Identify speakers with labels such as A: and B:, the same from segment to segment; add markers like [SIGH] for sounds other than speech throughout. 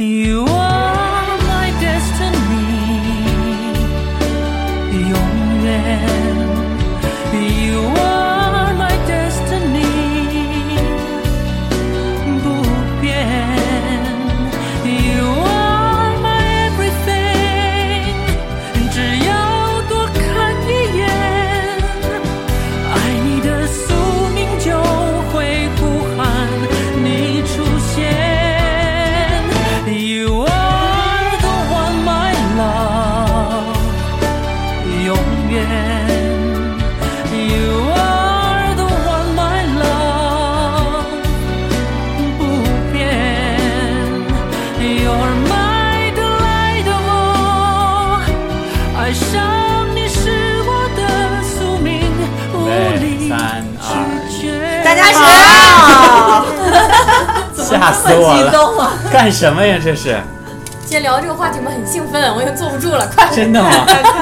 A: You are my destiny，永远。You are my destiny，不变。You are my everything，只要多看一眼，爱你的宿命就会呼喊你出现。You are the one, my love，永远。You are the one, my love，不变。You're my delightful。爱上你是我的宿命，无
B: 对，
A: 力
B: 三二
A: 拒
B: 一，
A: 绝。
C: 大
D: 嗯
C: 家学，
B: 吓死
D: 这
B: 我
D: 么激
B: 了！
D: 动啊！
B: 干什么呀？这是
D: 今天聊这个话题，我们很兴奋，我已经坐不住了，快
B: 真的吗？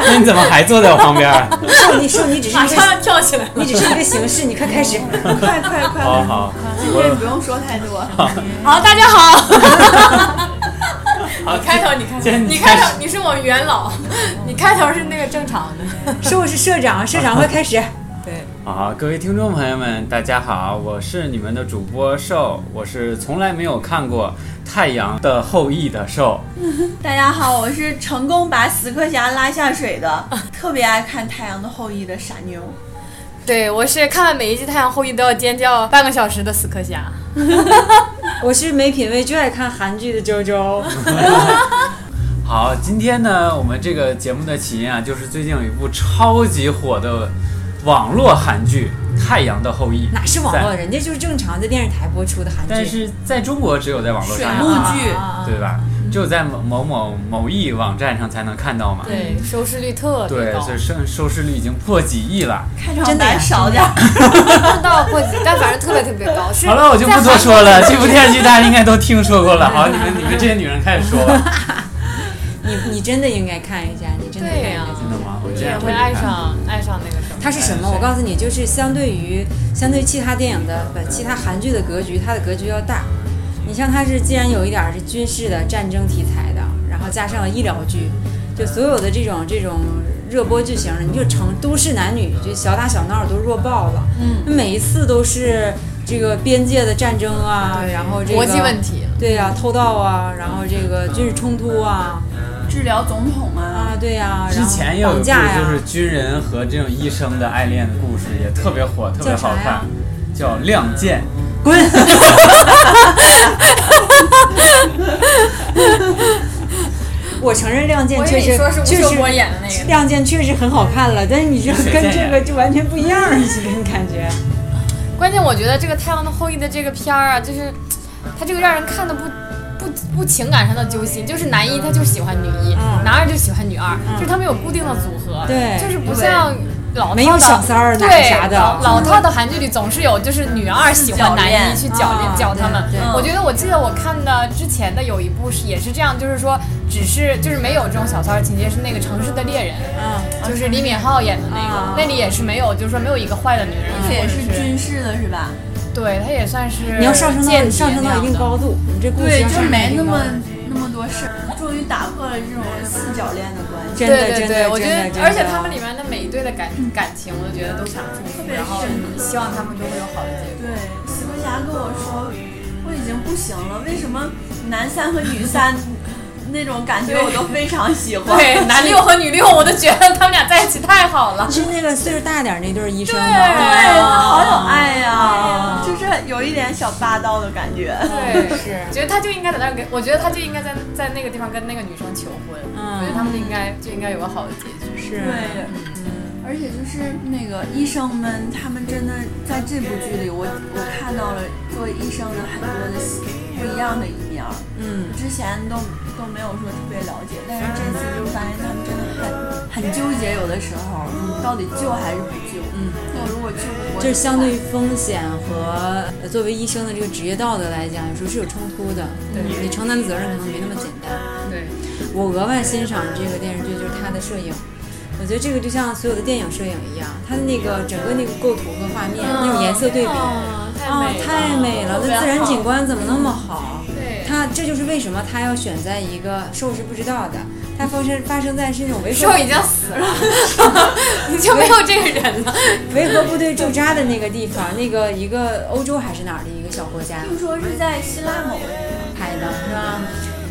B: 那你怎么还坐在我旁边儿？
C: 少女少女只是
D: 马
C: 一
D: 上
C: 个，
D: [LAUGHS] 要跳起来了。
C: 你只是一个形式，你快开始。
E: 快快快！
B: 好好，
E: 今天不用说太多，
D: [LAUGHS] 好，大家好，
B: 好
D: 你开头，你开
B: 今
D: 头，
B: 天
D: 你
B: 开始
D: 开头，你是我们元 [LAUGHS] 老，你开头是那个正常的。 [LAUGHS]
C: 说我是社长，社长快开始。
D: 对，
B: 好，各位听众朋友们，大家好，我是你们的主播瘦，我是从来没有看过《太阳的后裔》的瘦。
E: 大家好，我是成功把死磕侠拉下水的，特别爱看《太阳的后裔》的傻妞。
D: 对我是看完每一季《太阳后裔》都要尖叫半个小时的死磕侠。
C: 我是没品位就爱看韩剧的周周。
B: 好，今天呢，我们这个节目的起因啊，就是最近有一部超级火的网络韩剧《太阳的后裔》，
C: 哪是网络，
B: 在？
C: 人家就是正常在电视台播出的韩剧。
B: 但是在中国只有在网络上
E: 水
B: 有
E: 陆
B: 啊，
E: 剧
C: 啊
B: 对吧？只有在某某某某易网站上才能看到嘛。
D: 对，收视率特别
B: 对，
D: 高
B: 所，以收收视率已经破几亿了。
E: 看场
C: 真的呀
E: 咱少点儿，
D: 不知道过几，但反正特别特别高。是
B: 好了，我就不
D: 在
B: 多
D: 韩
B: 说了，这部电视剧大家应该都听说过了。好，你们你们这些女人开始说吧。
C: 你你真的应该看一下，你真的应该
D: 对
C: 看
D: 呀
C: 一下
B: 真的吗？我这
D: 也
B: 样
D: 会爱。上爱上那个什么。
C: 它是什
D: 哎
C: 么？我告诉你，就是相对于相对于其他电影的不，其他韩剧的格局，它的格局要大。你像它是，既然有一点儿是军事的战争题材的，然后加上了医疗剧，就所有的这种这种热播剧型的，你就成都市男女就小打小闹都弱爆了。嗯，每一次都是这个边界的战争啊，然后这个
D: 国际问，题，
C: 对呀、偷盗啊，然后这个军事冲突啊，
E: 治疗总统
C: 啊
E: 啊，
C: 对呀、然
B: 之
C: 后
B: 前也有一
C: 绑
B: 部
C: 架呀、
B: 就是军人和这种医生的爱恋的故事，也特别火，特别好
C: 叫啥
B: 看
C: 呀，
B: 叫《亮剑》。
C: [LAUGHS] 我承认《亮剑》
D: 我以
C: 确
D: 为你
C: 实
D: 说是吴
C: 确
D: 秀
C: 实
D: 波演的那个。
C: 亮剑确实很好看了，但是你这
B: 谁
C: 跟
B: 见
C: 这
B: 呀
C: 个就完全不一样了，你跟感觉。
D: 关键我觉得这个《太阳的后裔》的这个片儿啊，就是它这个让人看的不不不情感上的揪心，就是男一他就喜欢女一，
C: 嗯
D: 男二就喜欢女二，就是他们有固定的组合，
C: 对
D: 就是不像老套的
C: 没有小三儿哪
D: 对
C: 啥的嗯
D: 老老套的韩剧里总是有就是女二喜欢男一去
C: 角
D: 搅
C: 恋
D: 恋搅他们
C: 啊对对。
D: 我觉得我记得我看的之前的有一部是也是这样，就是说只是就是没有这种小三儿情节，是那个《城市的猎人》。
C: 嗯，
D: 就是李敏镐演的那个，
C: 啊
D: 那里也是没有，就是说没有一个坏的女人，
E: 这也
D: 或者
E: 是军事的是吧？
D: 对，他也算是
C: 你要上升
D: 间
C: 到
D: 谍
C: 上升到一定
D: 那样的
C: 高度，你这故事
E: 对，
C: 要
E: 就
C: 上升到一
E: 没
C: 定
E: 那么
C: 高度
E: 那么多事儿，终于打破了这种四角恋的关系，
C: 真的
D: 对对
C: 真
D: 对，
C: 的，
D: 我觉
C: 真的真
D: 得，
C: 的嗯
D: 而且他们里面的每一对的感感情，我都觉得都想祝福，
E: 别
D: 然后
E: 深
D: 希望他们都会有好的结果。
E: 对，死磕侠跟我说，我已经不行了，为什么男三和女三那种感觉我都非常喜欢？
C: [LAUGHS]
D: 对，男六和女六，我都觉得他们俩在一起太好了。
C: 是那个岁数大点儿那对儿医生吗？
D: 对
E: [LAUGHS] 对，好
C: 啊
E: 有爱呀，就是有一点小霸道的感觉。
D: 对，是，觉得他就应该在那儿跟，我觉得他就应该在在那个地方跟那个女生求婚，
C: 嗯
D: 我觉得他们应该就应该有个好的结局。
C: 是
E: 对，而且就是那个医生们，他们真的在这部剧里，我我看到了做医生的很多的不一样的一面儿，
C: 嗯，
E: 之前都都没有说特别了解，但是这次就发现他们真的很很纠结，有的时候、到底救还是不救。
C: 嗯，
E: 那如果救不活，
C: 就是相对于风险和呃作为医生的这个职业道德来讲，有时候是有冲突的，
D: 对
C: 你承担责任可能没那么简单。
D: 对，
C: 我额外欣赏这个电视剧就是它的摄影，我觉得这个就像所有的电影摄影一样，它的那个整个那个构图和画面、那种颜色对比，
D: 嗯
C: 啊，太美了！
D: 特别
C: 那自然
D: 好
C: 景观怎么那么好？
D: 对
C: 它那这就是为什么他要选在一个兽是不知道的，它发生发生在是那种维和
D: 兽已经死了， [LAUGHS] 你就没有这个人了。
C: 维和部队驻扎的那个地方，那个一个欧洲还是哪儿的一个小国家
E: 听说是在希腊某个地方。
C: 拍的，是吧？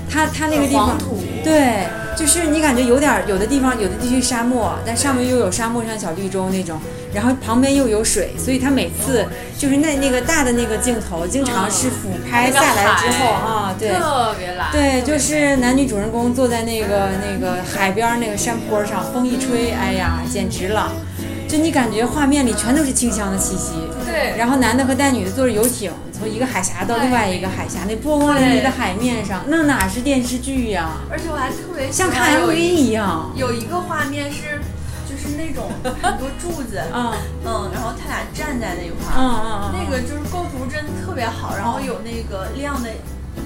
C: 它它那个地方
D: 黄土，
C: 对，就是你感觉有点儿有的地方有的地区沙漠，但上面又有沙漠像小绿洲那种，然后旁边又有水，所以它每次就是那那个大的那个镜头，经常是俯拍
D: 那个
C: 下来之后
D: 海
C: 啊，对。
D: 特别懒。
C: 对，就是男女主人公坐在那个那个海边儿那个山坡上，风一吹，哎呀，简直了！就你感觉画面里全都是清香的气息。
D: 对，
C: 然后男的和带女的坐着游艇，从一个海峡到另外一个海峡，那波光粼粼的海面上，那哪是电视剧呀、
E: 而且我还特别喜
C: 像看
E: 欢有
C: MV
E: 一
C: 一样。
E: 有一个画面是，就是那种很多
C: [LAUGHS]
E: 柱子，
C: 嗯
E: 嗯，然后他俩站在那块
C: 嗯
E: 儿，
C: 嗯，嗯
E: 那个就是构图真的特别好，然后有那个亮的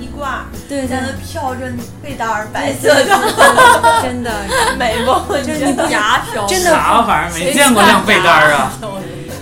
E: 衣挂，
C: 对
E: 在
C: 对
E: 那飘着被单儿，白色的，
C: 真的
E: [LAUGHS] 美不？我
C: 就是
E: 觉
C: 你不
E: 得
C: 牙 [LAUGHS]
D: 飘
C: 真的
B: 啥玩意儿没见过晾被单儿啊？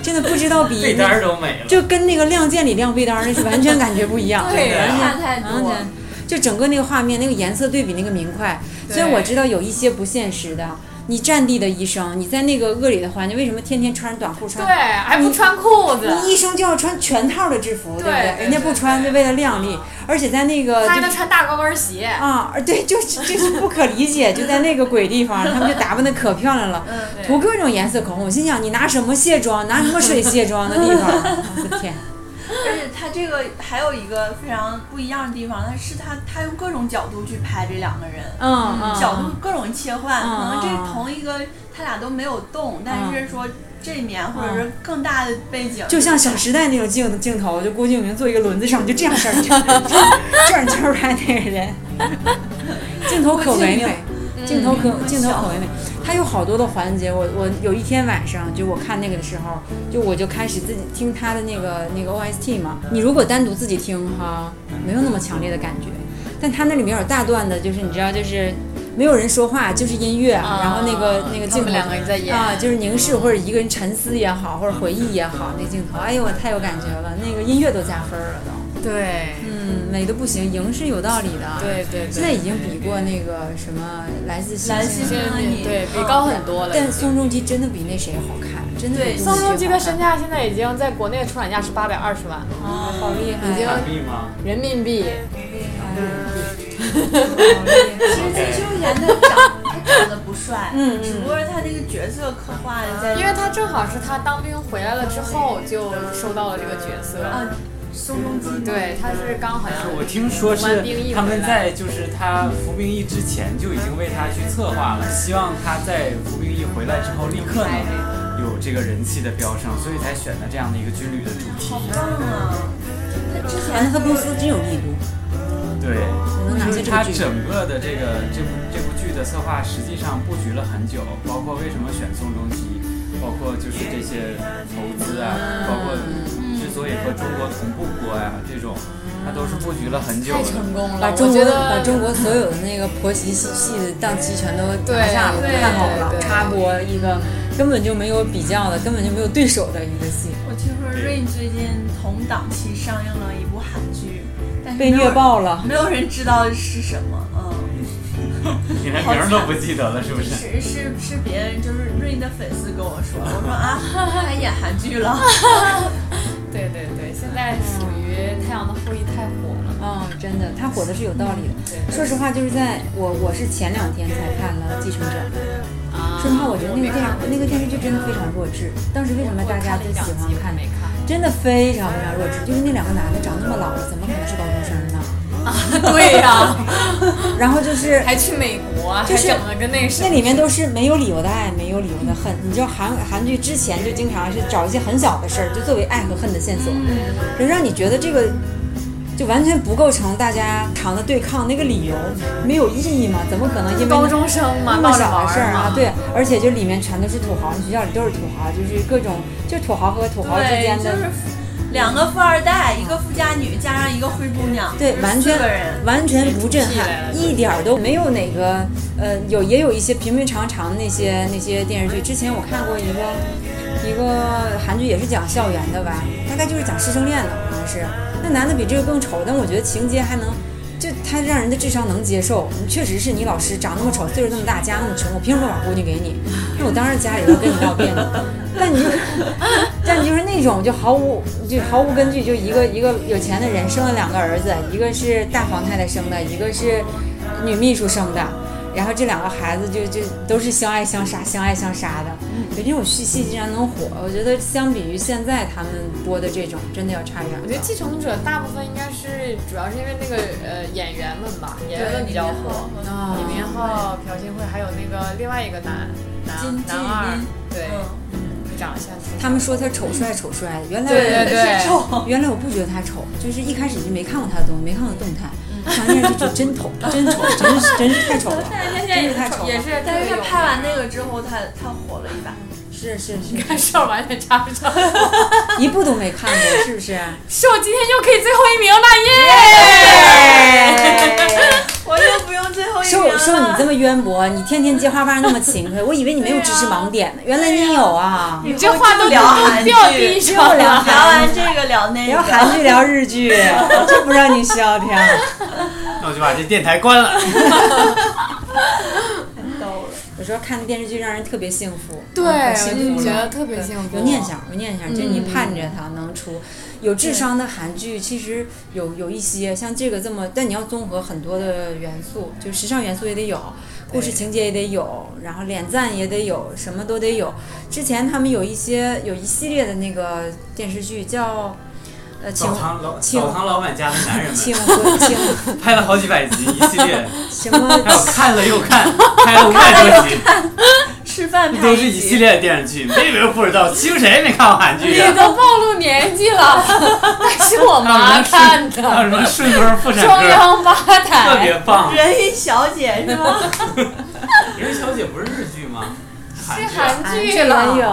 C: 真的不知道比
B: 被单儿都没了。
C: 就跟那个《亮剑》里亮被单儿那是完全感觉不一
E: [LAUGHS]
C: 样。
D: 对
B: 对
C: 完全
E: 看太多
C: 完全就整个那个画面，那个颜色对比那个明快。虽然我知道有一些不现实的，你战地的医生，你在那个恶劣的环境，为什么天天穿着短裤
D: 对，
C: 穿？
D: 还不穿裤子，
C: 你医生就要穿全套的制服，对不
D: 对
C: 对？
D: 对
C: 人家不穿就为了靓丽，而且在那个呃
D: 他还
C: 就
D: 能穿大高跟鞋。
C: 啊，而对，就是就是不可理
D: [LAUGHS]
C: 解，就在那个鬼地方，他们就打扮的可漂亮了，
E: 嗯，
C: 涂各种颜色口红。我心想，你拿什么卸妆？拿什么水卸妆的
D: [LAUGHS]
C: 地方？我的天！
E: 而且他这个还有一个非常不一样的地方，他是他他用各种角度去拍这两个人。
C: 嗯嗯，
E: 角度各种切换，
C: 嗯
E: 可
C: 嗯
E: 能这同一个他俩都没有动，但是说这面或者是更大的背景，
C: 就像《小时代》那种镜镜头，就郭敬明坐一个轮子上，就这样式儿，这样这样圈拍那个人，镜头可唯美，镜头可镜头可唯美。它有好多的环节，我我有一天晚上就我看那个的时候，就我就开始自己听他的那个那个 OST 嘛。你如果单独自己听哈，没有那么强烈的感觉，但它那里面有大段的，就是你知道，就是没有人说话，就是音乐，然后那个那个
D: 啊他
C: 镜头
D: 们两个人在演，
C: 啊，就是凝视或者一个人沉思也好，或者回忆也好，那镜头，哎呦，我太有感觉了，那个音乐都加分了都，
D: 对，
C: 嗯，美的不行，赢是有道理的，，
D: 对对
C: 现在已经比过那个什么来自星
E: 来自
C: 星
E: 星
C: 的
D: 对
E: 星的
D: 对
E: 你
D: 对，比
E: 嗯
D: 高很多了。
C: 但宋仲基真的比那谁好看，真的比
E: 对
C: 那谁
D: 宋仲基的身
C: 好
D: 价现在已经在国内的出厂价是八百二十万
C: 看啊，好厉害，
D: 已经
B: 傻逼吗？
D: 人民币，
C: 嗯
E: 其实金秀贤他长他长得不帅，
C: 嗯嗯
E: 只不过是他那个角色刻画的在，
D: 因为他正好是他当兵回来了之后就收到了这个角色。
C: 嗯
E: 啊，宋仲基嘛，
D: 对，他是刚好像
B: 我听说
D: 服完
B: 是
D: 兵役
B: 他们
D: 回来
B: 在就是他服兵役之前就已经为他去策划了，希望他在服兵役回来之后立刻能有这个人气的飙升，所以才选的这样的一个军旅的主题。
E: 棒啊！他之
C: 完了，
E: 前
C: 他
E: 就
C: 公司真有力度，
B: 对，
C: 能拿
B: 就
C: 下
B: 是
C: 这
B: 他
C: 个剧。
B: 整个的这个这部这部剧的策划实际上布局了很久，包括为什么选宋仲基，包括就是这些投资啊，
D: 嗯
B: 包括之所以和中国同步播呀、这种，他都是布局了很久
D: 太
B: 的。
D: 成功了，
C: 把
D: 我
C: 中
D: 觉
C: 国
D: 得
C: 把中国所有的那个婆媳系系的档期全都拿下了，
D: 对
C: 太好了，
D: 对对
C: 插播一个根本就没有比较的，根本就没有对手的一个戏，
E: 我听说 Rain 最近同档期上映了一部韩剧，但是
C: 被
E: 没有
C: 虐，爆了。
E: 没有人知道是什么，嗯。
B: 你 [LAUGHS] 连名儿都不记得了，是不是？
E: 是是是别人，就是 Rain 的粉丝跟我说，我说啊，他演韩剧了，
D: 对对对，现在属于《太阳的后裔》太火了。
C: [LAUGHS] 嗯，真的，他火的是有道理的。
D: 对对
C: 说实话，就是在我我是前两天才看了《继承者》，
D: 啊
C: 说实嗯话，我觉得那个
D: 没
C: 电影
D: 看
C: 那个电视剧真的非常弱智。当时为什么
D: 我
C: 大家
D: 看了
C: 都
D: 一
C: 喜欢
D: 两集
C: 看
D: 没？
C: [LAUGHS]
D: 看？
C: 真的非常非常弱智，就是那两个男的长那么老了，怎么可能是高中生 [LAUGHS] 呢？
D: 对呀、
C: [LAUGHS] 然后就是
D: 还去美国，还
C: 就是
D: 整了个那什
C: 那
D: 么。
C: 里面都是没有理由的爱，没有理由的恨。你知道韩韩剧之前就经常是找一些很小的事儿，就作为爱和恨的线索，
D: 嗯
C: 就让你觉得这个就完全不构成大家常的对抗，那个理由没有意义嘛？怎么可能因为
D: 高中生嘛，
C: 那
D: 闹
C: 么
D: 着
C: 小的
D: 玩
C: 事
D: 儿
C: 儿
D: 嘛
C: 啊？，对，而且就里面全都是土豪，学校里都是土豪，就是各种就土豪和土豪之
E: 对
C: 间，
E: 就
C: 的。
E: 是两个富二代，一个富家女加上一个灰姑娘，
C: 对，
E: 就是
C: 完
E: 四
C: 全
E: 个人，
C: 完全不震
D: 起
C: 撼
D: 来，了
C: 一点儿都没有哪个呃，有也有一些平平常常那些那些电视剧。之前我看过一个一个韩剧，也是讲校园的吧，大概就是讲师生恋的，好像是。那男的比这个更丑，但我觉得情节还能就他让人的智商能接受。你确实是你老师长那么丑，岁数那么大，家那么穷，我凭什么把闺女给你？那我当然家里要跟你闹别扭。但你就，但你就是那种就毫无就毫无根据，就一个一个有钱的人生了两个儿子，一个是大房太太生的，一个是女秘书生的。然后这两个孩子就就都是相爱相杀，相爱相杀的，就这种续戏竟然能火，我觉得相比于现在他们播的这种，真的要差远了。
D: 我觉得《继承者》大部分应该是主要是因为那个呃演员们吧，演员们比较火，
C: 啊
D: 李明浩、朴信惠，还有那个另外一个男
E: 金
D: 男
E: 智
D: 男二
E: 英，
D: 对，
E: 嗯，
D: 长相挺
C: 他们说他丑帅丑帅的，原来我
D: 对对对，
C: 原来我不觉得他丑，就是一开始就没看过他的东西，没看过动态，
D: 嗯
C: 看完电视就真
D: [LAUGHS]
C: 丑，真丑，真是真是太丑了，真是太丑了
D: 也，是，
E: 但是他拍完那个之后，他他火了一把。
C: 是是是，
D: [LAUGHS] 看少完全插不上，
C: 一部都没看过，是不是？
D: 是我今天又可以最后一名了，耶！
E: [LAUGHS] 我又不用最后一
C: 受
E: 名
C: 受你
E: 了。
C: 这么渊博，你天天接花瓣那么勤
D: [LAUGHS]
C: 快，我以为你没有知识盲点呢，原来你有啊！
E: 你
D: 你这话都
E: 聊韩剧，
D: 掉地上
C: 聊
D: 了。
E: 聊完这个聊那
C: 聊
E: 个，
C: 韩剧聊日
D: [LAUGHS]
C: 剧，这不让你消停。
B: 那我就把这电台关了。
E: 逗了。
C: 有时候看电视剧让人特别幸福，
D: 对，
C: 嗯
D: 我
C: 可幸
D: 就
C: 福
D: 觉
C: 了
D: 得特别幸福。
C: 有嗯念，想，有念想，就是你盼着它能出。有智商的韩剧其实有有一些，像这个这么，但你要综合很多的元素，就时尚元素也得有，故事情节也得有，然后脸赞也得有，什么都得有。之前他们有一些有一系列的那个电视剧叫，呃，请
B: 澡堂老
C: 请
B: 澡堂老板家的男人
C: 请
B: 们
C: 回请
B: 拍了好几百集，一系列，
C: 什么
B: 还有看了又看，拍了五百多集，
E: 吃饭拍
B: 都是一系
E: 集，
B: 列的电视剧。没以为不知道，欺负谁没看过韩剧
D: 你
B: 啊？
D: 都暴露年纪了， [LAUGHS] 但是我
B: 还
D: 妈
B: 有什
D: 看
B: 么顺，还有
D: 的
B: 什么顺风妇
D: 《
B: 产
D: 中
B: 科，
D: 央八
B: 特
D: 台》。
B: 别棒。
E: 人鱼小姐是吗？
B: 人鱼小姐不是日剧吗？韩
D: 是
B: 剧啊。
D: 韩
C: 韩
D: 剧
C: 剧也
D: 了，
E: 你也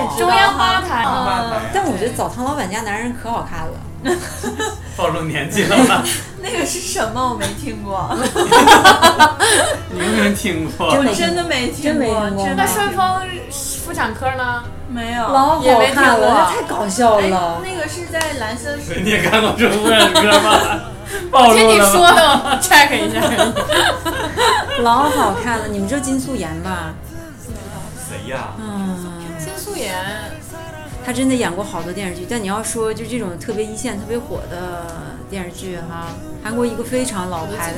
C: 有。
E: 知
D: 中央八台
E: 道
D: 呢。
E: 哈
B: 八百啊
C: 但我觉得《澡堂老板家男人》可好看了，
B: 暴露年纪了吧？
E: 那个是什么？我没听 [LAUGHS] 过，
B: 你有没有听过？
E: 我真的没听
C: 真没
E: 过，
C: 听过
E: 真
D: 那
E: 的
D: 顺丰妇产科呢？
E: 没有。
C: 老
D: 也
C: 好
D: 没
C: 看
D: 听过
C: 了，那太搞笑
E: 哎
C: 了，。
E: 那个是在蓝色时
B: 你也看过《这妇产科》吗？暴
D: 听
B: 露
D: 你
B: 了
D: 说
B: 吗？
D: 的，我 check 一下。
C: 老好看了，你们知道金素妍吧？
B: 谁呀？
C: 嗯，
D: 金素妍，
C: 她真的演过好多电视剧，但你要说就这种特别一线、特别火的电视剧哈，韩国一个非常老牌的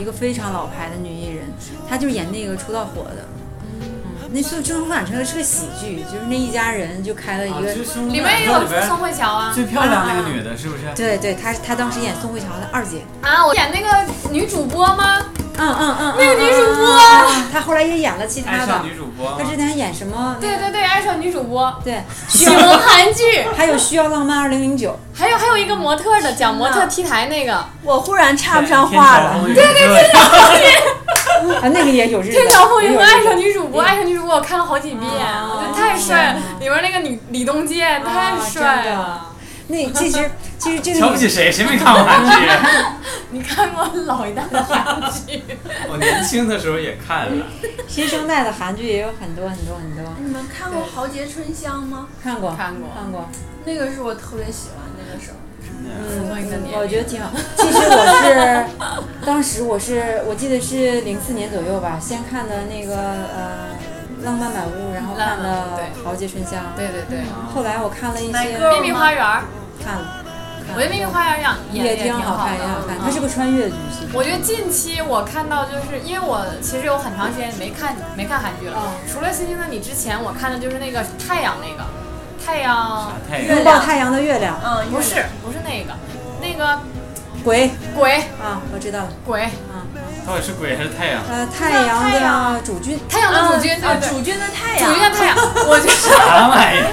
C: 一个非常老牌的女艺人，她就演那个出道火的。嗯，那就《正宗反车》是个喜剧，就是那一家人就开了一
B: 啊
C: 个，
B: 就是《胸中
D: 里
B: 满
D: 面也
B: 座
D: 有
B: 里边
D: 宋慧乔啊
B: 最漂亮那个女的，是不是？
C: 对对，她她当时演宋慧乔的二姐，
D: 啊！我演那个女主播吗？
C: 嗯嗯嗯，
D: 那个女主播
C: 嗯，她后来也演了其他
B: 爱上
C: 的，
B: 女主播吗
C: 她之前演什么？
D: 对对对，爱上女主播，
C: 对，需
D: 喜
C: 要
D: 欢韩剧，
C: 还有《需要浪漫二零零九》，
D: 还有还有一个模特的，讲模特 T 台那个
E: 我忽然插不上话了。
B: 对对对，
C: 啊，那个也有日
D: 《
C: 本，
D: 天桥风
C: 也
D: 云》
C: 有
D: 和
C: 日
D: 《爱
C: 本
D: 上女主播》，《爱上女主播》我看了好几遍，我觉得太帅了。里面那个李李东健太帅
C: 啊真
D: 了
C: 的，那其
D: [LAUGHS]
C: 实其实这个
B: 瞧不
C: 女
B: 起谁？谁没看过韩剧？
D: 你看过老一代的韩剧？
B: 我年轻的时候也看了，
C: 新生代的韩剧也有很多很多很多，
E: 你们看过《豪杰春香》吗？
C: 看过
D: 看过
C: 看过，
E: 那个是我特别喜欢那个时候。
C: 嗯
D: 我一个年，龄
C: 我觉得
D: [LAUGHS]
C: 挺好。其实我是当时我是我记得是零四年左右吧，先看的那个呃《浪漫满屋》，然后看
D: 浪漫
C: 了
D: 对
C: 《豪杰春香》，
D: 对对对，
C: 后来我看了一些
E: My
D: 《秘
E: Girl
D: 密花园》，
C: 看了，看了
D: 我觉得《秘密花园》演
C: 也
D: 演的
C: 挺
D: 好
C: 好看，也
D: 的
C: 好看。
D: 嗯
C: 它是个穿越的剧情。
D: 我觉得近期我看到，就是因为我其实有很长时间没看没看韩剧了，
C: 嗯
D: 除了《星星的你》之前，我看的就是那个太阳那个，太阳
B: 啊太
C: 拥抱太阳的月亮，
E: 嗯，
D: 不是不是那个，那个
C: 鬼
D: 鬼
C: 啊，我知道了
D: 鬼
C: 啊，
B: 到底是鬼还是太阳？
C: 呃，太阳
D: 太阳
C: 的主君，
D: 太阳
C: 嗯
D: 的主君，
E: 啊，
D: 对对，
E: 主君的太
D: 主君的
E: 阳，
D: 太阳，
C: [LAUGHS]
D: 我觉得
B: 啥玩意儿？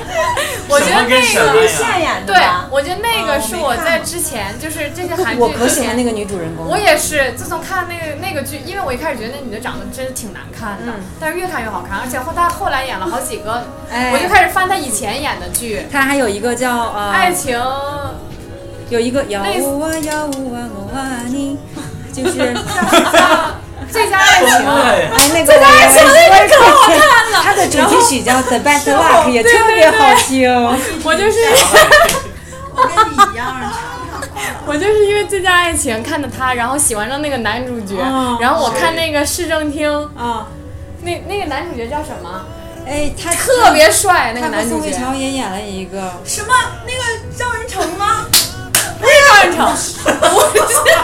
D: 我觉得
B: 什么跟
D: 那
B: 什
D: 个
B: 么
E: 是
B: 呀？
E: 现演的
D: 对
E: 吧？，
D: 我觉得那个是
E: 哦我
D: 我
E: 没看
D: 在之前就是这些韩
C: [LAUGHS]
D: 剧
C: 我可
D: 之
C: 喜欢那
D: 前。
C: 个女主人公了。
D: 我也是，自从看那个那个剧，因为我一开始觉得那女的长得真是挺难看的，
C: 嗯
D: 但是越看越好看，而且后她后来演了好几个，
C: 哎
D: 我就开始翻她以前演的剧，
C: 他还有一个叫呃，
D: 爱情，
C: 有一个要
D: 类似
C: 我啊要我啊我啊你，就是
D: 最佳爱
C: [LAUGHS]
D: 情，
B: 对，
C: 哎那个爱情那个好看了，他的主题曲叫 The Best Luck，也特别好听。
D: 我就是 [LAUGHS]
E: 我跟你一样，插不上话。
D: 我就是因为《最佳爱情》看的他，然后喜欢上那个男主角，
C: 哦
D: 然后我看那个市政厅，
C: 啊，
D: 那那个男主角叫什么？
C: 哎，他
D: 特别帅，那
C: 他
D: 个
C: 和
D: 男
C: 宋
D: 主
C: 慧
D: 角。
C: 乔也演了一个，
E: 什么？那个赵仁成吗？
D: 赵仁成， [LAUGHS]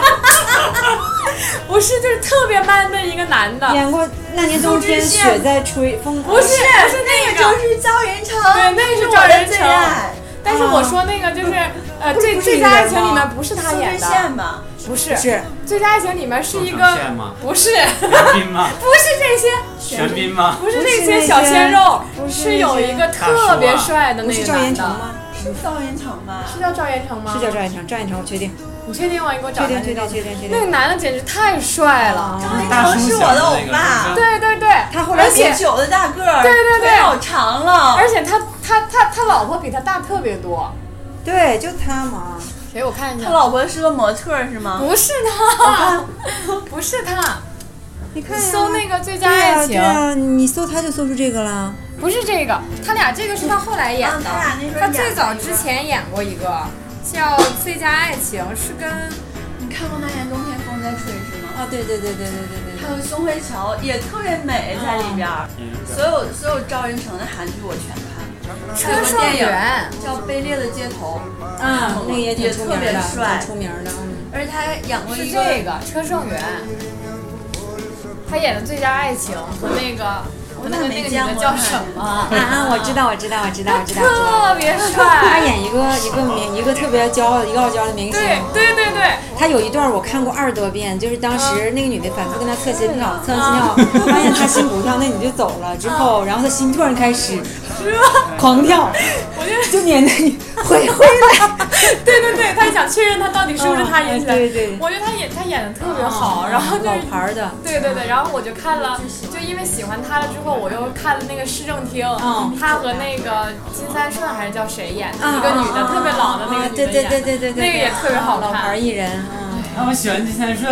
D: 我是我是就是特别 man 的一个男的，
C: 演过那年冬天
E: 苏志燮
C: 雪在吹，风
D: 不是是那
E: 那就是赵仁成，
D: 对那是赵
E: 我的
D: 仁
E: 最
D: 成
E: 爱。
D: 但是我说那个就是呃
C: 啊不是
D: 最
C: 不是
D: 最
C: 一
D: 佳
C: 个
D: 爱
C: 人
D: 情
C: 吗
D: 里面不是他
E: 苏
D: 演
E: 志
D: 的，
E: 燮吧？
D: 不是
C: 是
D: 最佳爱情里面是一
B: 宋承
D: 个
B: 宪吗？
C: [LAUGHS]
D: 不是 [LAUGHS]
B: 玄彬吗？
D: 不是这些
B: 玄彬吗？
D: 不是
C: 不
D: 那
C: 是
D: 些
C: 那
D: 小
C: 些
D: 鲜肉，
C: 不是
D: 是
C: 那
D: 有
C: 些
D: 一个
B: 大叔
D: 特别
B: 啊
D: 帅的
C: 不
D: 那
C: 是
D: 个
C: 赵
D: 男
C: 寅成
D: 的，
C: 吗？
E: 是赵仁成吧？
D: 是叫赵彦成吗？
C: 是叫赵寅成，赵寅成我确定，
D: 你确定吗？你给我找
C: 确
D: 一
C: 定，
D: 下
C: 确定，确定，确
D: 那个
C: 定。
D: 男的简直太帅了，
E: 赵仁
B: 大
E: 成
B: 叔
E: 是
B: 小
E: 我的
B: 那
E: 欧
B: 个是
E: 巴
B: 吧。
D: 对对对，
C: 他后来
D: 而
E: 而
D: 且
E: 且九的大个儿，
D: 对对对
E: 腿老长了，
D: 而且他他他他老婆比他大特别多，
C: 对，就他嘛，
D: 给我看一
E: 他
D: 下，
E: 老婆是个模特儿是吗？
D: 不是他， [LAUGHS] 不是他，
C: 你看
D: 你
C: 呀
D: 搜那个最
C: 对
D: 佳
C: 呀
D: 爱情
C: 对，呀，你搜他就搜出这个了。
D: 不是这个，他俩这个是他后来演
E: 嗯
D: 的
E: 他俩那时候演，的
D: 他最早之前演过一个叫《最佳爱情》，是跟
E: 你看过那年冬天风在吹是吗？
C: 啊，对对对对对对
E: 还有宋慧乔也特别美在里边儿，
D: 嗯
B: 嗯
E: 所有所有赵寅成的韩剧我全看，还有
D: 车
E: 个
D: 胜
E: 电影
D: 元，
E: 叫《卑劣的街头
C: 对，啊，那个也挺
E: 也
C: 出
E: 特
C: 名
E: 别
C: 的，
E: 帅
C: 挺出名的，嗯》，
E: 而且他还演过
D: 是
E: 一
D: 这
E: 个，
D: 个车胜元，他演的《最佳爱情》和那个和那个那个女的叫什么？
C: 啊啊，我知道，我知道，我知道，我知道，我知道。
D: 特别
C: 他
D: 帅，
C: 演一个一个明一个特别骄傲的一个傲娇的明星，
D: 对对对对，
C: 他有一段我看过二十多遍，就是当时那个女的反复跟他测心跳，测完心跳发现他心不跳，那女就走了。之后，然后他心突然开始狂跳，就撵着你回回 [LAUGHS] 来。
D: 对对对，他想确认他到底是不是他演起
E: 哦
D: 来。
C: 嗯对对
D: 我觉得他演他演的特别好，然后就是
C: 老牌儿的，
D: 对对对，然后我就看了，就因为喜欢他了之后，我又看了那个市政厅，
C: 嗯
D: 他和那个金三顺还是叫谁演的，
C: 嗯
D: 一个女的、特别老的那个
C: 啊
D: 女
C: 对
D: 的演，
C: 对对对对对，对
D: 那个也特别好
C: 老牌儿
D: 看，
C: 艺人，嗯，
B: 啊，我喜欢金三顺，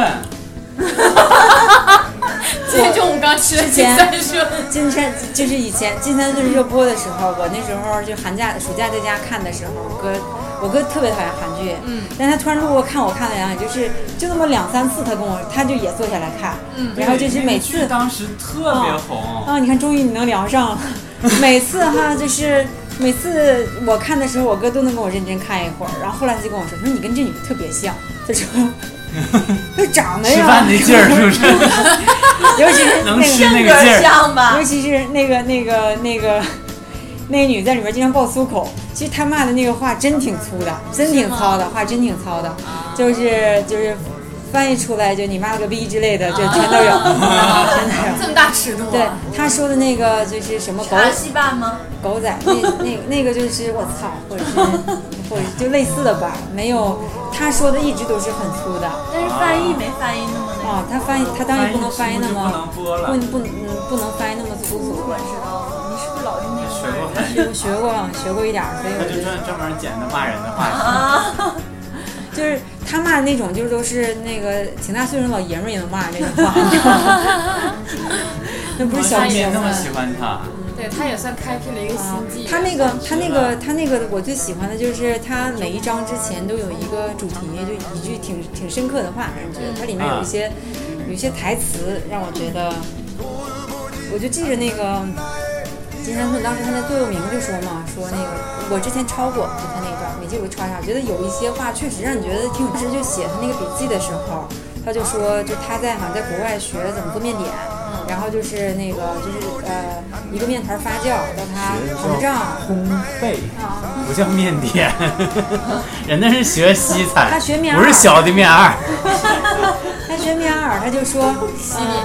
D: 今天中午刚吃的金三顺，
C: 金山就是以前金三顺热播的时候，我那时候就寒假暑假在家看的时候，我哥我哥特别讨厌韩剧，
D: 嗯，
C: 但他突然路过看我看了两眼，就是就那么两三次，他跟我他就也坐下来看，嗯，然后就是每
B: 那个剧
C: 次
B: 当时特别红，
C: 啊，你看终于你能聊上 [LAUGHS] 了，每次哈就是。每次我看的时候，我哥都能跟我认真看一会儿，然后后来他就跟我说：“他说你跟这女的特别像。”他说：“ [LAUGHS] 就长得
B: [LAUGHS]
C: 呀，
B: 吃饭那劲儿是不是？
C: [LAUGHS] 尤其是那
B: 能
C: 个
B: 吃那
E: 性
B: 个劲
E: 格
B: 儿，
E: 像吧
D: 啊
C: 尤？其是那个那个那个 [LAUGHS] 那个女在里面经常爆粗口，其实她骂的那个话真挺粗
D: 啊
C: 的，真挺糙的，话真挺糙的，就是就是翻译出来就你妈了个逼之类的，就全
D: [LAUGHS]
C: 都有，真
E: [LAUGHS]
C: 的有。
D: 啊这么大尺度、啊，
C: 对她说的那个就是什么狗
E: 阿西爸吗？
C: 狗仔，那那那个就是我
D: [LAUGHS]
C: 操，或者是或者就类似的吧，没有她说的一直都是很粗的。
E: 但是翻译没翻译那么那个，
C: 哦，她翻译，她当然不能翻译那
B: 不能
C: 么，
B: 播
C: 不
B: [LAUGHS] 了。
C: 不嗯不能翻译那么粗俗。
E: 我知道，你是不是老用那
B: 学
E: 个
B: 过
E: 玩
B: 韩
E: 意
B: 语，
C: 我学过，学过一点儿，所以
B: 他
C: 我
B: 就
C: 觉得
B: 专专门捡的骂人的话
E: 啊？
C: 就是他骂的那种，就是都是那个挺大岁数的老爷们儿也能骂那种话， [LAUGHS] 那
B: 题。我
C: 不是小
B: 当
C: 学
B: 年那
C: 生
B: 么喜欢他，
D: 对他也算开辟了一个
C: 啊
D: 新纪。
C: 他那个，他那个，他那个，我最喜欢的就是他每一章之前都有一个主题，就一句挺挺深刻的话，让人觉得它里面
B: 嗯
C: 有一些有一些台词让我觉得，我就记着那个金山顺当时他在座右铭就说嘛，说那个我之前抄过，就他那段每句我都抄一下，我觉得有一些话确实让你觉得挺有知识。就写他那个笔记的时候，他就说，就他在好像在国外学怎么做面点，然后就是那个就是呃一个面团发酵到它膨胀，
B: 烘焙不叫面点，人那是学西餐，
C: 他学面
B: 不是
C: 二
B: 小的面二。
C: 他学面二，他就说，呃，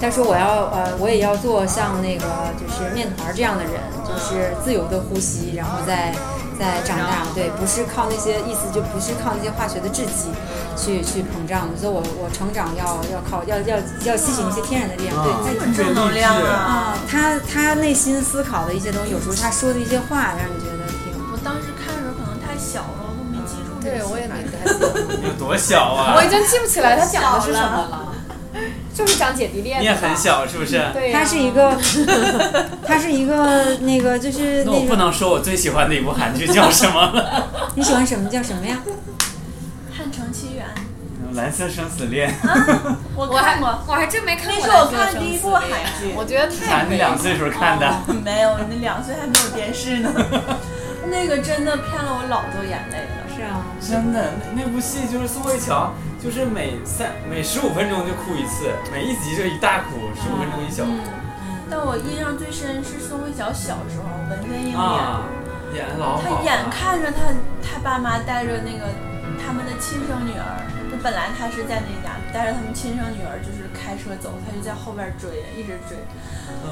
C: 他说我要呃，我也要做像那个就是面团儿这样的人，就是自由的呼吸，然后再再长大，对，不是靠那些意思，就不是靠那些化学的制剂去去膨胀的。所以我我成长要要靠要要要吸取那些天然的力量，对，在
B: 嗯
E: 这么正能量啊！
C: 啊、他他内心思考的一些东西，有时候他说的一些话，让你觉得挺
E: 我当时看的时候可能太小了，我都没记住这个。
D: 对我也没太记得，
B: 有多小啊
D: 我已？经记不起来他讲的是什么了，就是讲姐弟恋的吧。
B: 你也很小是不是？
D: 对啊呀、
C: 他是一个他是一个那个就是
B: 那我
C: 那
B: 不
C: 种 [LAUGHS]
B: 能说我最喜欢的一部韩剧叫什么了。
C: 你喜欢什么叫什么呀？
B: 蓝色生死恋，
E: 我
D: 我还
E: 看过，
D: 我还真没看
E: 那
D: 过。
E: 是我看的第一部
D: 我
E: 韩剧。
D: 觉得
B: 咱
D: 太
B: 们
D: 美
B: 两
D: 了。
B: 岁时候看的。
E: 没有，那两岁还没有电视呢。 [LAUGHS] 那个真的骗了我老多眼泪了。
C: 是啊，
B: 真的，那那部戏就是宋慧乔，就是每三每十五分钟就哭一次，每一集就一大哭，十五分钟一小哭、
E: 但我印象最深是宋慧乔小时候，文天英演，
B: 啊，演得老好
E: 嗯
B: 啊
E: 她眼
B: 了。
E: 看着她她爸妈带着那个他们的亲生女儿，就本来她是在那家带着他们亲生女儿，就是开车走，她就在后边追，一直追，
B: 嗯，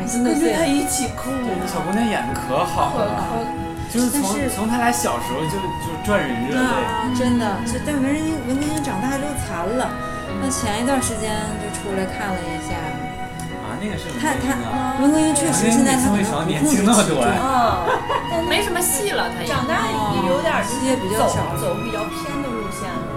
C: 哎，真的
E: 跟着她
C: 是，
E: 一起哭。
B: 对，那小姑娘演的可好
E: 可
B: 了，
E: 可
B: 就是从
C: 但是
B: 从她俩小时候就就赚人热泪。
C: 啊，真的，就但文人文天英长大之后残了，那前一段时间就出来看了一下，
B: 啊，那个是
C: 他
B: 文天英啊，
C: 文天英确实现在他可
B: 文天英比宋慧乔年轻
C: 能不控制
B: 那么
C: 其
B: 多
C: 中，
B: 呀。
E: 嗯，但
D: 没什么戏了，他也。
E: 长大也有点儿就是
C: 世界比较
E: 走
C: 少
E: 走比较偏的路线了。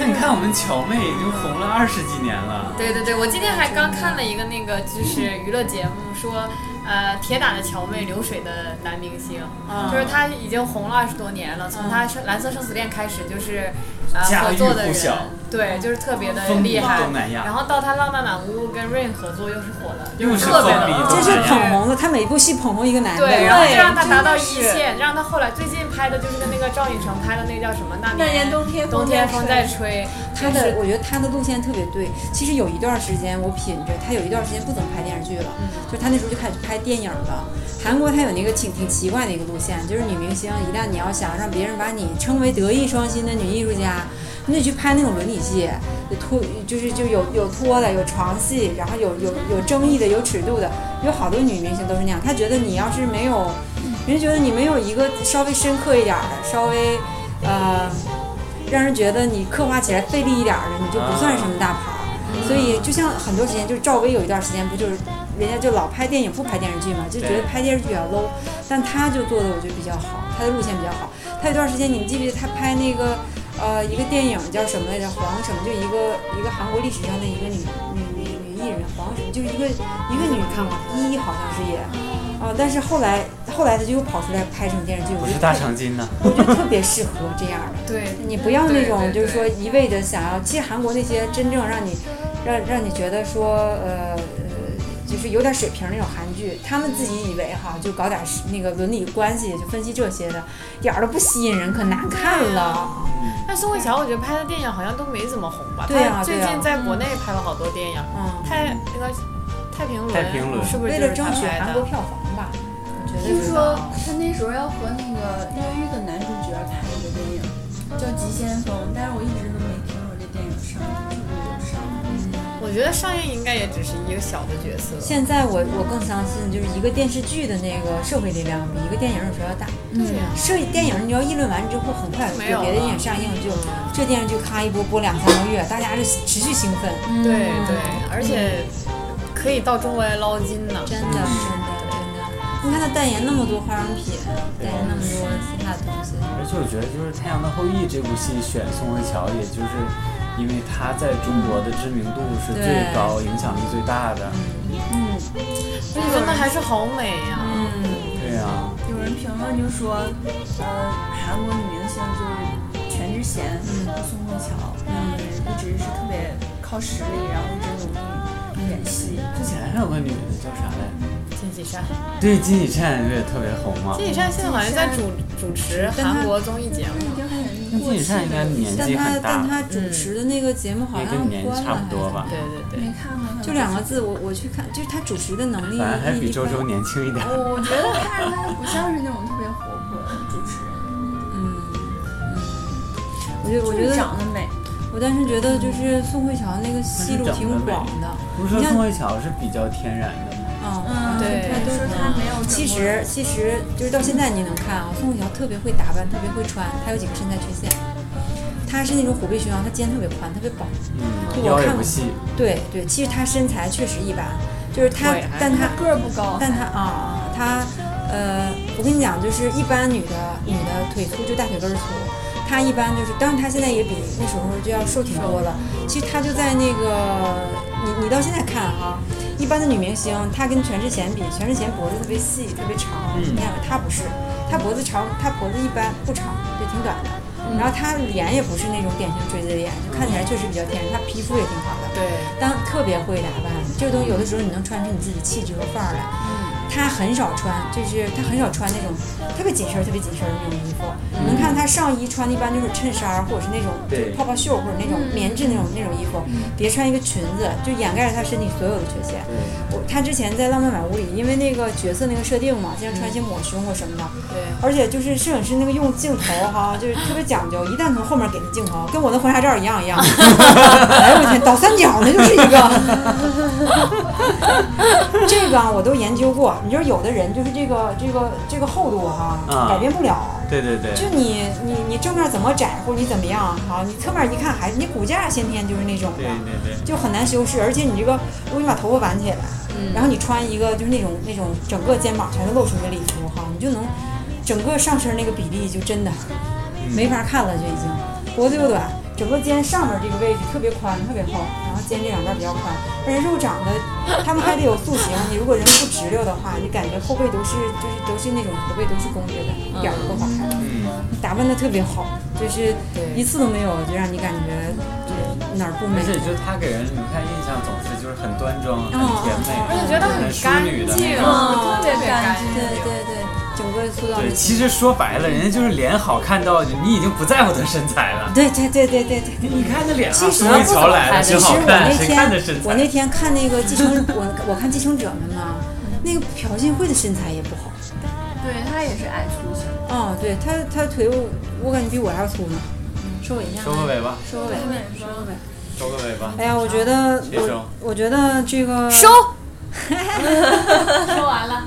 B: 那你看我们乔妹已经红了二十几年了，
D: 对对对，我今天还刚看了一个那个就是娱乐节目，说呃铁打的乔妹流水的男明星，
E: 嗯
C: 啊
D: 就是他已经红了二十多年了，从他是《蓝色生死恋》开始就是呃
B: 家喻
D: 合作的
B: 户
D: 人
B: 晓，
D: 对，就是特别的
B: 风靡
D: 厉害
B: 东南。亚
D: 然后到他《浪漫满屋》跟 Rain 合作又是火的，就
B: 又
D: 是
B: 是
D: 特别
B: 风靡
D: 的，
C: 这
B: 东
C: 是
B: 南
C: 捧红了，他每一部戏捧红一个男的，
D: 对，然后就
E: 对
D: 让他达到一
E: 真的是
D: 线，让他后来最近拍的就是跟那个赵寅成拍的那个叫什么《那
E: 那年
D: 年
E: 冬天
D: 冬天风在
E: 在
D: 吹》，
C: 他
D: 就是
C: 的，我觉得他的路线特别对。其实有一段时间我品着，他有一段时间不怎么拍电视剧了，
D: 嗯
C: 就是他那时候就开始拍电影了。韩国他有那个挺挺奇怪的一个路线，就是女明星一旦你要想让别人把你称为德艺双馨的女艺术家，你得去拍那种伦理戏，有脱就是就有有脱的，有床戏，然后有有有争议的，有尺度的，有好多女明星都是那样。他觉得你要是没有，人家觉得你没有一个稍微深刻一点儿的，稍微呃。让人觉得你刻画起来费力一点儿的，你就不算什么大牌儿。所以就像很多时间，就是赵薇有一段时间不就是，人家就老拍电影不拍电视剧嘛，就觉得
B: 对
C: 拍电视剧比较 low，但她就做的我觉得比较好，她的路线比较好。她有段时间你们记不记得她拍那个呃一个电影叫什么来着？黄什么就一个一个韩国历史上的一个女女女女艺人黄什么，就是一个一个女看过一好像是也。啊、但是后来后来她就又跑出来拍成电视剧，我
B: 我
C: 觉
B: 是
C: 得
B: 大
C: 特
B: 长今呢。
C: 我觉得特别适合这样的。
D: 对，
C: 你不要那种
D: 对对
C: 就是说
D: 对
C: 一味的想要，其实韩国那些真正让你让让你觉得说呃呃就是有点水平那种韩剧，他们自己以为哈就搞点那个伦理关系，就分析这些的，一点儿都不吸引人，可难看了。
D: 但宋慧乔，我觉得拍的电影好像都没怎么红吧？
C: 对啊
D: 她最
C: 对啊
D: 近在国内拍了好多电影，
C: 嗯，
D: 太那个太平轮，
B: 太平轮
D: 是不是
C: 为
D: 就
C: 了
D: 是她
C: 争取
D: 拍
C: 韩国
D: 的？
C: 票房吧，我觉得
E: 听
C: 是
E: 说他那时候要和那个越狱的男主角拍一个电影，叫《急先锋》，但是我一直都没听说这电影上映，是不是有上映？
D: 我觉得上映应该也只是一个小的角色。
C: 现在我我更相信就是一个电视剧的那个社会力量比一个电影有时候要大。
D: 对呀
C: 摄影电影你要议论完之后，很快
D: 没有
C: 啊有嗯
D: 了
C: 别的电影上映，就这电视剧咔一播播两三个月，大家是持续兴奋，
D: 对对，
C: 嗯
D: 而且可以到中国来捞金呢。
C: 真的真的真的。你看他代言那么多化妆品，代言那么多其他的东西，
B: 而且我觉得，就是《太阳的后裔》这部戏选宋慧乔，也就是因为她在中国的知名度是最
C: 对
B: 高、影响力最大的。
D: 而且真的还是好美呀、
C: 嗯，
B: 对啊，
E: 有人评论就说，呃，韩国女明星就是全智贤和宋慧乔两个人一直是特别靠实力，然后真容易演戏。
B: 之前还有个女的叫啥来？
C: 嗯
D: 金喜善，
B: 对，金喜善不也特别红吗？
D: 金喜善现在好像在主主持
C: 但她
D: 韩国综艺节目。
E: 就很容
B: 那
E: 易
B: 金
E: 过
B: 喜
E: 气
B: 善应该
E: 的。
B: 年
C: 但
B: 纪
C: 他
B: 很大
C: 但，他主持的那个节目好
B: 也
C: 像
B: 跟年纪
C: 关
B: 差
C: 了
B: 不多吧
C: 还，
D: 对对对，
E: 没看过他，
C: 是，就两个字，我我去看，就是他主持的能力，
B: 反正还比
C: 一
B: 周周年轻一点。
E: 我我觉得看着他不像是那种特别活泼的主持人，
C: 嗯嗯，我觉得我觉
E: 就是
C: 得
E: 长得美。
C: 我当时觉得就是宋慧乔那个戏路挺广的，
B: 不是说宋慧乔是比较天然的吗？
C: 嗯，
D: 对
C: 她都
E: 说她没有
C: 其实其实就是到现在你能看啊，宋慧乔特别会打扮，特别会穿，她有几个身材缺陷。她是那种虎背熊腰，她肩特别宽，特别薄。
B: 嗯，
C: 对
B: 腰
C: 我
B: 也
C: 看
B: 不
C: 过
B: 细，
C: 对对，其实她身材确实一般，就是她
D: 腿还，
C: 但她
E: 个儿不
D: 哦
E: 高，
C: 但她啊，她呃，我跟你讲，就是一般女的女的腿粗就大腿根儿粗，她一般就是，当然她现在也比那时候就要瘦挺多了。其实她就在那个你你到现在看哈、一般的女明星她跟全智贤比，全智贤脖子特别细特别长，
B: 嗯
C: 你看她不是，她脖子长，她脖子一般不长，就挺短的。然后她脸也不是那种典型锥子脸，就看起来确实比较天然，她皮肤也挺好的。
D: 对，
C: 当特别会打扮，这个东西有的时候你能穿出你自己气质和范儿来。她很少穿，就是她很少穿那种特别紧身儿、特别紧身儿的那种衣服。你能看她上衣穿的一般就是衬衫儿，或者是那种
B: 对
C: 泡泡袖，或者那种棉质那种那种衣服，别穿一个裙子，就掩盖了她身体所有的缺陷。我她之前在《浪漫满屋》里，因为那个角色那个设定嘛，经常穿一些抹胸或什么的，
D: 对，
C: 而且就是摄影师那个用镜头哈，就是特别讲究，一旦从后面给你镜头，跟我的婚纱照一样一样。哎呦我天，倒三角那就是一个。这个啊我都研究过，你说有的人就是这个这个这个厚度哈、
B: 啊
C: 改变不了。
B: 对对对
C: 就
B: 对，
C: 你你你正面怎么窄或者你怎么样哈、你侧面一看还你骨架先天就是那种的。
B: 对对对，
C: 就很难修饰，而且你这个，如果你把头发挽起来，然后你穿一个就是那种那种整个肩膀全都露出来的礼服哈，你就能整个上身那个比例就真的没法看了，就已经脖子又短，整个肩上面这个位置特别宽特别厚，然后肩这两边比较宽，而且肉长得他们还得有塑形，你如果人不直溜的话，你感觉后背都是就是都是那种后背都是弓着的，一点儿都不好看。
B: 嗯，
C: 打扮的特别好，就是
D: 对
C: 一次都没有就让你感觉就是哪儿不美
B: 而。且就她给人，你看印象总是就是很端庄、很甜美，
D: 而且觉得
B: 很
D: 很
B: 淑
D: 干
B: 女
D: 净，
B: 的那
D: 啊
B: 种。
D: 特别干净。
C: 对对对，整个塑造
B: 对，
C: 你。
B: 其实说白了，人家就是脸好看到你已经不在乎她身材了。
C: 对对对对对对。
B: 你看这脸啊，
C: 其实
B: 宋慧乔来了，
C: 其实
B: 真
C: 我
B: 好看，
C: 那
B: 谁看这
C: 天
B: 身
C: 我
B: 材
C: 那？天看那个《继承》，我我看《继承者们》嘛，那个朴信惠的身材也不好。
E: 对他也是矮粗型。
C: 哦，对她她腿我我感觉比我还要粗呢。收尾一下，
B: 收个尾巴，
C: 收个尾。
B: 收个尾巴。
C: 哎呀，我觉得
B: 谁收
C: 我我觉得这个
D: 收， [LAUGHS] 说完了。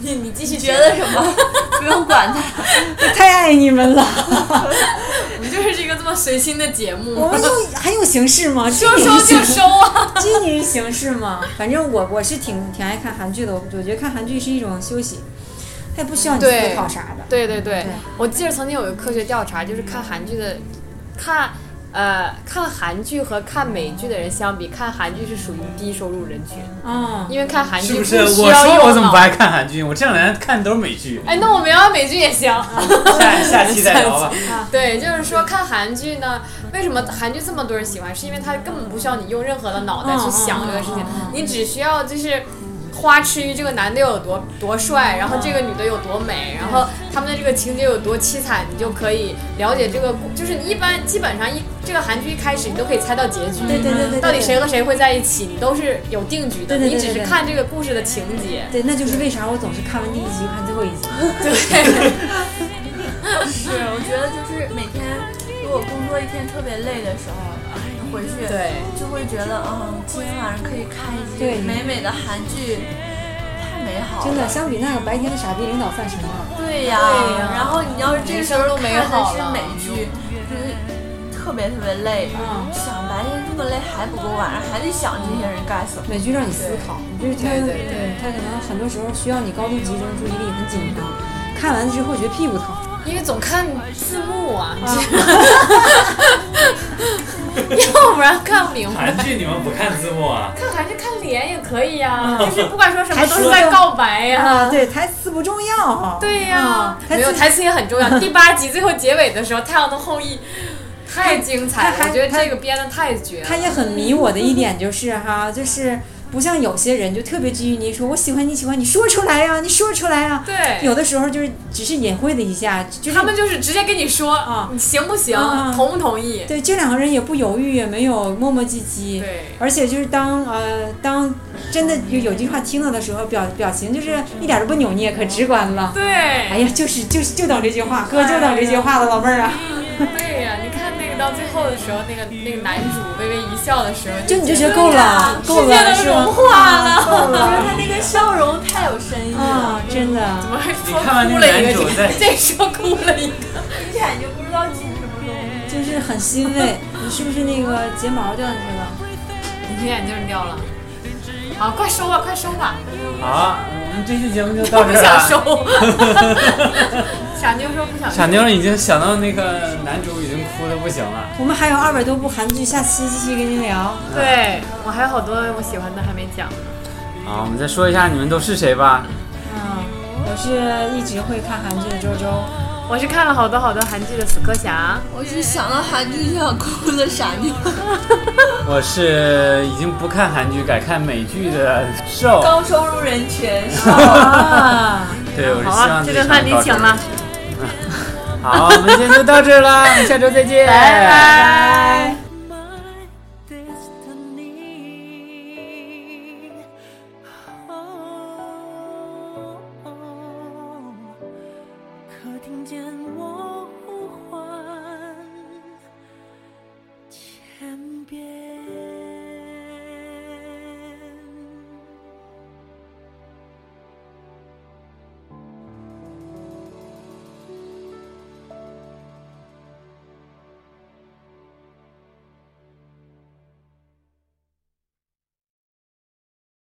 E: 你你继续觉得什么？不用管他。
C: 太爱你们了。
D: 我们就是这个这么随心的节目，
C: 我们就还有形式吗？
D: 说收就收啊。
C: 拘泥于形式嘛。反正我我是挺挺爱看韩剧的，我我觉得看韩剧是一种休息，它也不需要你
D: 对
C: 思考啥的。
D: 对对对
C: 对，
D: 我记得曾经有一个科学调查，就是看韩剧的，看呃看韩剧和看美剧的人相比，看韩剧是属于低收入人群，
C: 嗯，
D: 因为看韩剧
B: 是不
D: 需
B: 是？
D: 要
B: 我说我
D: 用
B: 怎么
D: 脑
B: 不。爱看韩剧？我这两年看的都是美剧。
D: 哎，那我们聊美剧也行。
B: 下下期再聊吧。
D: 对，就是说看韩剧呢，为什么韩剧这么多人喜欢？是因为它根本不需要你用任何的脑袋
C: 嗯
D: 去想这个事情，你只需要就是。花痴于这个男的有多多帅，然后这个女的有多美，然后他们的这个情节有多凄惨，你就可以了解这个故，就是你一般基本上一这个韩剧一开始你都可以猜到结局，
C: 对对对对对
D: 到底谁和谁会在一起，你都是有定局的，
C: 对对对
D: 你只
C: 对
D: 是
C: 对
D: 看这个故事的情节。
C: 对，那就是为啥我总是看完第一集看最后一集。
E: 是，我觉得就是每天如果工作一天特别累的时候，啊回去
D: 对
E: 就会觉得，嗯，今天晚上可以看一
C: 对
E: 集美美的韩剧，太美好了。
C: 真的，相比那个白天的傻逼领导算什么？
E: 对呀、
D: 对呀
E: 然后你要是这个时候
D: 人生都美好
E: 看
D: 了
E: 的是美剧，就是特别特别累。
C: 嗯
E: 想白天这么累还不够，晚上还得想这些人干什么。
C: 美剧让你思考，你就是它，
D: 对对对
C: 它可能很多时候需要你高度集中注意力，很紧张。看完之后觉得屁股疼，
D: 因为总看字幕啊， [LAUGHS] 要不然看不明白。
B: [LAUGHS] 韩剧你们不看字幕啊？
D: 看韩剧看脸也可以呀、啊就是不管说什么都是在告白呀、
C: 啊，对，台词不重要。
D: 对呀、
C: 啊
D: 没有台词也很重
C: [LAUGHS]
D: 要。第八集最后结尾的时候，《太阳的后裔》太精
C: 他
D: 彩了，
C: 还
D: 我觉得这个编的太绝
C: 他
D: 了。
C: 也很迷我的一点就是哈，就是不像有些人就特别拘泥于说我喜欢你喜欢你说出来呀、你说出来呀、
D: 对
C: 有的时候就是只是隐晦的一下，就是
D: 他们就是直接跟你说，
C: 啊
D: 你行不行，
C: 啊啊
D: 同不同意？
C: 对这两个人也不犹豫，也没有磨磨唧唧。
D: 对
C: 而且就是当呃当真的有有句话听到的时候，表表情就是
E: 嗯
C: 一点都不扭捏，可直观了。
D: 对，
C: 哎呀，就是就是就等这句话，哥就等这句话了，
E: 哎
C: 老妹儿啊！
E: 嗯
D: 对呀、你看那个到最后的时候，那个那个男主微微一笑的时候，
C: 就你就觉得够了，够
D: 世界
C: 了，
D: 都
C: 是
D: 融
C: 吧？啊
D: 化了。
C: 够了
E: 他那个笑容太有深意了嗯
C: 啊，，真的。
D: 怎么
B: 你
D: 说
B: 看完
D: 哭
B: 那
D: 了
B: 个
D: 一
B: 男
D: 个
B: 主
D: 这
B: 在
D: 这说哭了一个，
E: 一眼就不知道进什么东西。
C: 就是很欣慰。
E: [LAUGHS]
C: 你是不是那个睫毛掉进去了？
D: 你眼镜掉了。好，快收吧，快收吧，
B: 啊，我们这期节目就到
D: 不
B: 这儿
D: 想
B: 了。
D: 收。 [LAUGHS] 傻妞说不想
B: 傻
D: 收。
B: 妞已经想到那个男主已经哭的不行了。
C: 我们还有二百多部韩剧，下期继续跟您聊。
D: 对我还有好多我喜欢的还没讲。
B: 好，我们再说一下你们都是谁吧。
C: 嗯，我是一直会看韩剧的周周，
D: 我是看了好多好多韩剧的死磕侠，
E: 我是想到韩剧就想哭的傻妞。
B: 我是已经不看韩剧，改看美剧的瘦。
F: 高收入人群，
B: 对，我是
D: 好
B: 希望
D: 啊，
B: 自
D: 这
B: 己
D: 顿啊饭你
B: 上高
D: 请
B: 中
D: 了，。
B: 好，我们今天就到这儿啦，我们下周再见，拜拜。
A: my destiny. Oh, oh, oh, 可听见我。